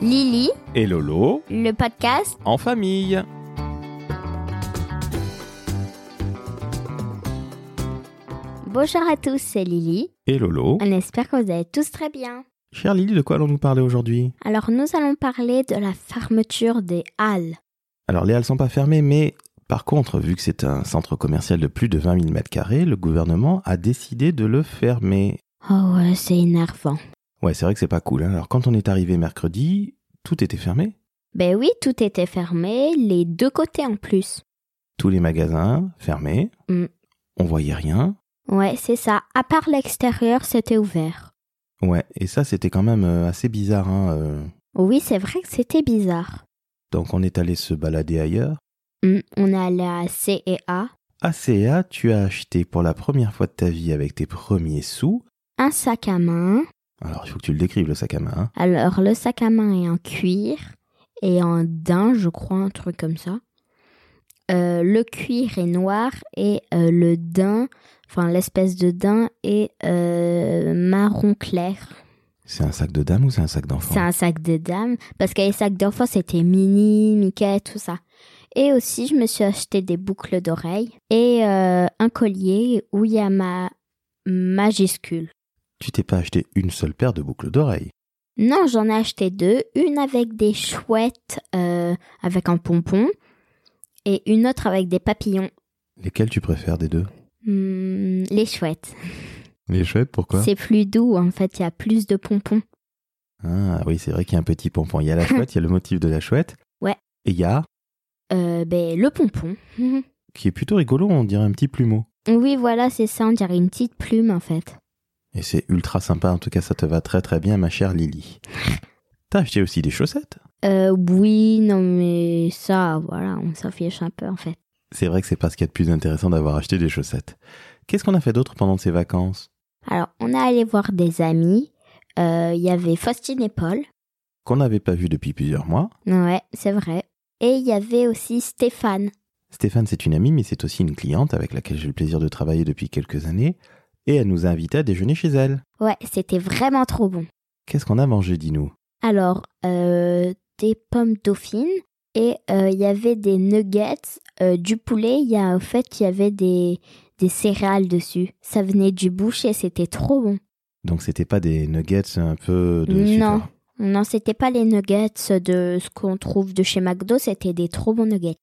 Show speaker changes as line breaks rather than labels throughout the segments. Lily,
et Lolo
le podcast.
en famille.
Bonjour à tous, c'est Lily.
Et Lolo
On espère que vous allez tous très bien.
Cher Lily, de quoi allons-nous parler aujourd'hui
Alors nous allons parler de la fermeture des halles.
Alors les halles sont pas fermées, mais par contre, vu que c'est un centre commercial de plus de 20 000 m2, le gouvernement a décidé de le fermer.
Oh ouais, c'est énervant.
Ouais, c'est vrai que c'est pas cool. hein. Alors quand on est arrivé mercredi, tout était fermé.
Ben oui, tout était fermé, les deux côtés en plus.
Tous les magasins fermés.
Mm.
On voyait rien.
Ouais, c'est ça. À part l'extérieur, c'était ouvert.
Ouais, et ça c'était quand même euh, assez bizarre. hein, euh.
Oui, c'est vrai que c'était bizarre.
Donc on est allé se balader ailleurs.
Hmm, on est allé à C et A,
ACA, tu as acheté pour la première fois de ta vie avec tes premiers sous.
un sac à main.
Alors il faut que tu le décrives le sac à main. hein.
Alors le sac à main est en cuir et en daim, je crois, un truc comme ça. Euh, le cuir est noir et euh, le daim, enfin l'espèce de daim est euh, marron clair.
C'est un sac de dame ou c'est un sac d'enfant
C'est un sac de dame parce que les sacs d'enfants c'était mini, Mickey, tout ça. Et aussi je me suis acheté des boucles d'oreilles et euh, un collier où il y a ma majuscule.
Tu t'es pas acheté une seule paire de boucles d'oreilles.
Non, j'en ai acheté deux. Une avec des chouettes euh, avec un pompon et une autre avec des papillons.
Lesquelles tu préfères des deux
Hmm, les chouettes.
Les chouettes, pourquoi
C'est plus doux en fait, il y a plus de pompons.
Ah oui, c'est vrai qu'il y a un petit pompon. Il y a la chouette, il y a le motif de la chouette.
Ouais.
Et il y a,
Euh, ben, le pompon.
qui est plutôt rigolo, on dirait un petit plumeau.
oui, voilà, c'est ça, on dirait une petite plume en fait.
Et c'est ultra sympa, en tout cas ça te va très très bien ma chère Lily. T'as acheté aussi des chaussettes
Euh, oui, non mais ça, voilà, on s'en fiche un peu en fait.
C'est vrai que c'est pas ce qu'il y a de plus intéressant d'avoir acheté des chaussettes. Qu'est-ce qu'on a fait d'autre pendant ces vacances
Alors, on est allé voir des amis. Euh, Il y avait Faustine et Paul.
Qu'on n'avait pas vu depuis plusieurs mois.
Ouais, c'est vrai. Et il y avait aussi Stéphane.
Stéphane, c'est une amie, mais c'est aussi une cliente avec laquelle j'ai le plaisir de travailler depuis quelques années. Et elle nous a invités à déjeuner chez elle.
Ouais, c'était vraiment trop bon.
Qu'est-ce qu'on a mangé, dis-nous
Alors, euh, des pommes dauphines et euh, il y avait des nuggets, euh, du poulet. Il y a, en fait, il y avait des, des céréales dessus. Ça venait du boucher, c'était trop bon.
Donc c'était pas des nuggets un peu de
Non.
sucre.
Non, c'était pas les nuggets de ce qu'on trouve de chez McDo, c'était des trop bons nuggets.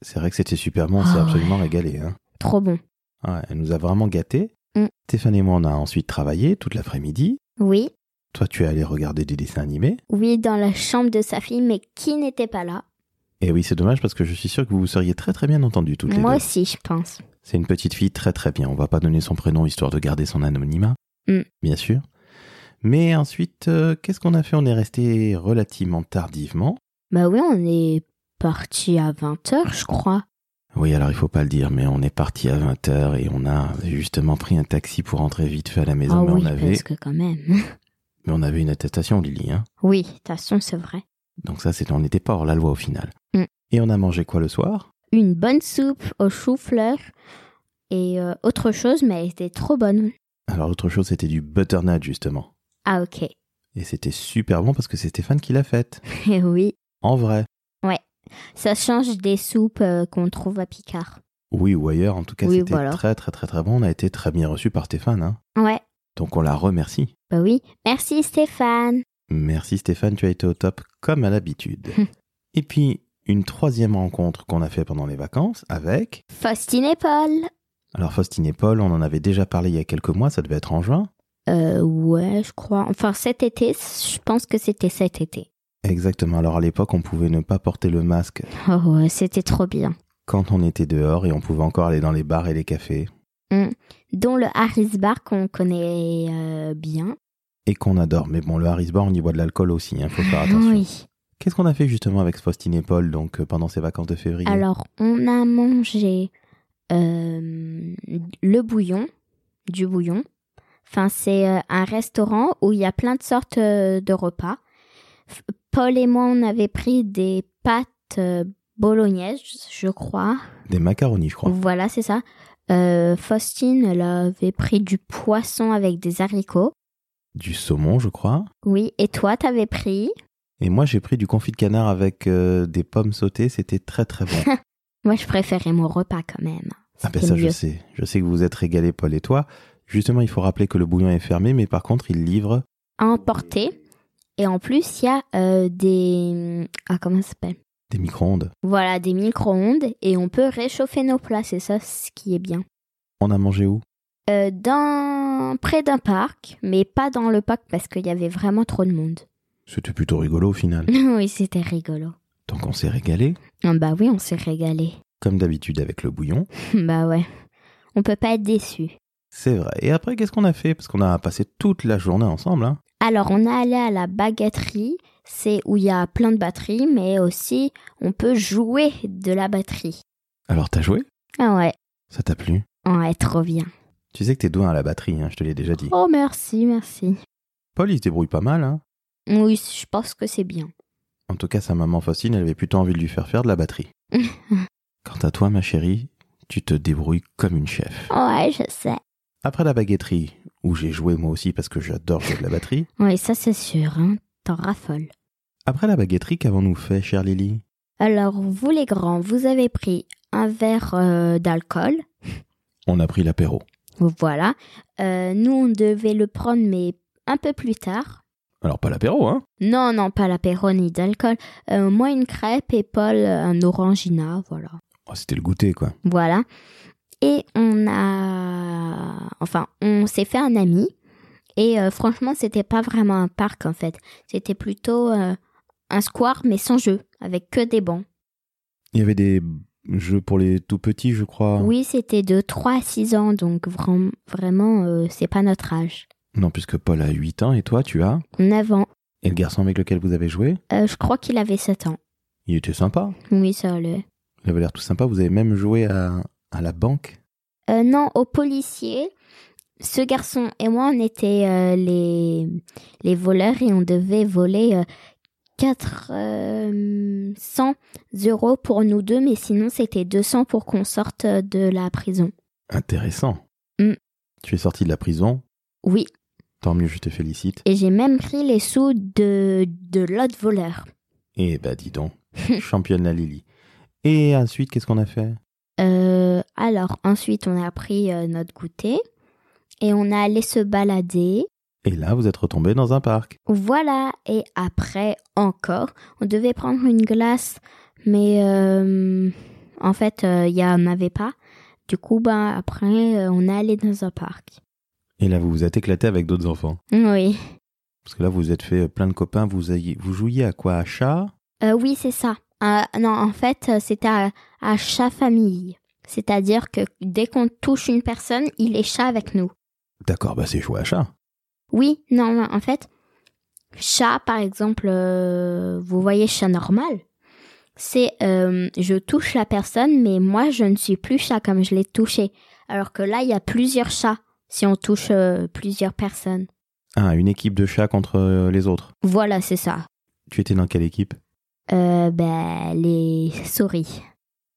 C'est vrai que c'était super bon, on s'est
Ah
absolument régalé. Hein.
Trop bon.
Ouais, elle nous a vraiment gâtés.
Mm.
Stéphane et moi, on a ensuite travaillé toute l'après-midi.
Oui,
Toi, tu es allé regarder des dessins animés.
oui, dans la chambre de sa fille, mais qui n'était pas là
Et oui, c'est dommage parce que je suis sûr que vous vous seriez très très bien entendus toutes les
Moi
deux.
aussi, je pense.
C'est une petite fille très très bien. On va pas donner son prénom histoire de garder son anonymat,
Mm.
bien sûr. Mais ensuite, euh, qu'est-ce qu'on a fait On est resté relativement tardivement.
Bah oui, on est parti à 20h, je crois.
Oui, alors il faut pas le dire, mais on est parti à 20h et on a justement pris un taxi pour rentrer vite fait à la maison.
Ah
mais,
oui,
on avait,
parce que quand même.
mais on avait une attestation, Lily. Hein.
oui, de toute façon, c'est vrai.
Donc ça, c'est on n'était pas hors la loi au final.
Mm.
Et on a mangé quoi le soir
une bonne soupe au chou-fleur et euh, autre chose, mais elle était trop bonne.
Alors l'autre chose, c'était du butternut justement.
Ah ok,
Et c'était super bon parce que c'est Stéphane qui l'a faite.
Eh oui,
En vrai.
ça change des soupes euh, qu'on trouve à Picard.
Oui ou ailleurs, en tout cas,
Oui,
c'était
voilà.
très très très très bon. On a été très bien reçu par Stéphane. hein.
Ouais,
Donc on la remercie.
bah oui, merci Stéphane.
Merci Stéphane, tu as été au top comme à l'habitude.
Hmm.
Et puis, une troisième rencontre qu'on a fait pendant les vacances avec...
Faustine et Paul.
Alors Faustine et Paul, on en avait déjà parlé il y a quelques mois, ça devait être en juin.
Euh, ouais, je crois. Enfin, cet été, je pense que c'était cet été.
Exactement, alors à l'époque, on pouvait ne pas porter le masque
Oh, ouais, c'était trop bien.
quand on était dehors et on pouvait encore aller dans les bars et les cafés
Dont le Harris Bar qu'on connaît euh, bien.
et qu'on adore. Mais bon, le Harris Bar, on y boit de l'alcool aussi, hein, faut faire attention.
Ah Oui.
Qu'est-ce qu'on a fait justement avec Faustine et Paul donc, euh, pendant ces vacances de février
Alors, on a mangé euh, le bouillon, du bouillon. Enfin, c'est euh, un restaurant où il y a plein de sortes euh, de repas. F- Paul et moi, on avait pris des pâtes euh, bolognaises, je crois.
Des macaronis, je crois.
Voilà, c'est ça. Euh, Faustine, elle avait pris du poisson avec des haricots.
Du saumon, je crois.
Oui, et toi, t'avais pris
Et moi, j'ai pris du confit de canard avec euh, des pommes sautées. C'était très, très bon.
Moi, je préférais mon repas quand même.
ah ben
C'était
ça, je
mieux.
sais. Je sais que vous vous êtes régalé, Paul et toi. Justement, il faut rappeler que le bouillon est fermé, mais par contre, il livre.
À emporter. Et en plus, il y a euh, des. Ah, comment ça s'appelle
Des micro-ondes.
Voilà, des micro-ondes et on peut réchauffer nos plats. C'est ça ce qui est bien.
On a mangé où
Euh, dans... Près d'un parc, mais pas dans le parc parce qu'il y avait vraiment trop de monde.
C'était plutôt rigolo au final.
oui, c'était rigolo.
Donc on s'est régalé,
Ah bah oui, on s'est régalé.
comme d'habitude avec le bouillon.
bah ouais. On peut pas être déçu.
C'est vrai. Et après, qu'est-ce qu'on a fait Parce qu'on a passé toute la journée ensemble. hein.
Alors, on est allé à la bagatterie. C'est où il y a plein de batteries, mais aussi on peut jouer de la batterie.
Alors t'as joué
Ah ouais,
Ça t'a plu
ouais, trop bien.
Tu sais que t'es doué à la batterie, hein, je te l'ai déjà dit.
Oh, merci, merci.
Paul, il se débrouille pas mal. hein.
Oui, je pense que c'est bien.
En tout cas, sa maman Faustine, elle avait plutôt envie de lui faire faire de la batterie. Quant à toi, ma chérie, tu te débrouilles comme une chef.
Ouais, je sais.
Après la baguetterie, où j'ai joué moi aussi parce que j'adore jouer de la batterie,
Oui, ça c'est sûr, hein. T'en raffoles.
après la baguetterie, qu'avons-nous fait, chère Lily
Alors, vous les grands, vous avez pris un verre euh, d'alcool.
On a pris l'apéro.
Voilà. Euh, nous, on devait le prendre, mais un peu plus tard.
Alors pas l'apéro, hein
Non, non, pas l'apéro ni d'alcool. Euh, moi, une crêpe et Paul, euh, un orangina, voilà.
Oh, C'était le goûter, quoi.
Voilà. Et on a. Enfin, on s'est fait un ami. Et euh, franchement, c'était pas vraiment un parc en fait. C'était plutôt euh, un square, mais sans jeu, avec que des bancs.
Il y avait des jeux pour les tout petits, je crois.
Oui, c'était de 3 à 6 ans, donc vra- vraiment, euh, c'est pas notre âge.
Non, puisque Paul a 8 ans et toi, tu as.
9 ans.
Et le garçon avec lequel vous avez joué,
Euh, je crois qu'il avait 7 ans.
il était sympa.
Oui, ça allait.
Il avait l'air tout sympa. Vous avez même joué à, à la banque.
Euh, non, au policier, ce garçon et moi, on était euh, les, les voleurs et on devait voler euh, 400 euros pour nous deux, mais sinon c'était 200 pour qu'on sorte euh, de la prison.
Intéressant.
Mm.
Tu es sorti de la prison.
Oui,
Tant mieux, je te félicite.
et j'ai même pris les sous de, de l'autre voleur.
Eh ben, dis donc. Championne la Lily. Et ensuite, qu'est-ce qu'on a fait
Euh, alors ensuite, on a pris euh, notre goûter et on a allé se balader.
Et là, vous êtes retombé dans un parc.
Voilà, et après encore, on devait prendre une glace, mais euh, en fait, euh, il y en avait pas. Du coup, ben, après, euh, on est allé dans un parc.
Et là, vous vous êtes éclaté avec d'autres enfants.
Oui,
Parce que là, vous vous êtes fait euh, plein de copains. Vous, ayez- vous jouiez à quoi À chat
Euh, oui, c'est ça. Euh, non, en fait, euh, c'est à, à chat famille. C'est-à-dire que dès qu'on touche une personne, il est chat avec nous.
D'accord, bah c'est jouer à chat.
Oui, non, non, en fait, chat, par exemple, euh, vous voyez chat normal, c'est euh, je touche la personne, mais moi je ne suis plus chat comme je l'ai touché. Alors que là, il y a plusieurs chats si on touche euh, plusieurs personnes.
Ah, une équipe de chats contre euh, les autres.
Voilà, c'est ça.
Tu étais dans quelle équipe
Euh, ben, les souris.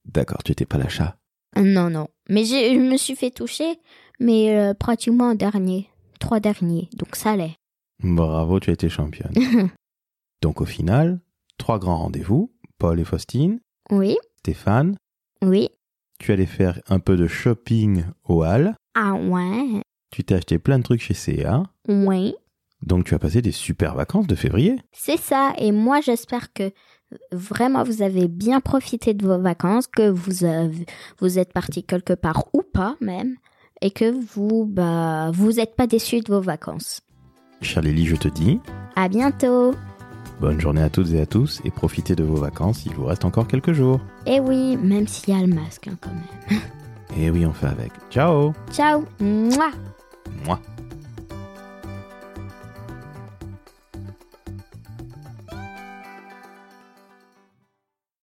D'accord, tu étais pas la chat.
Non, non. Mais j'ai- je me suis fait toucher, mais euh, pratiquement en dernier. Trois derniers, donc ça allait.
Bravo, tu as été championne. Donc au final, trois grands rendez-vous. Paul et Faustine,
oui,
Stéphane,
oui.
tu allais faire un peu de shopping au hall.
Ah ouais,
Tu t'es acheté plein de trucs chez CA.
oui.
Donc tu as passé des super vacances de février.
C'est ça, et moi j'espère que vraiment vous avez bien profité de vos vacances, que vous, avez- vous êtes parti quelque part ou pas même, et que vous bah, vous n'êtes pas déçus de vos vacances.
Chère Lily, je te dis,
À bientôt
bonne journée à toutes et à tous et profitez de vos vacances, il vous reste encore quelques jours.
Et oui, même s'il y a le masque hein, quand même.
Et oui, on fait avec. Ciao
Ciao Mouah
Moi.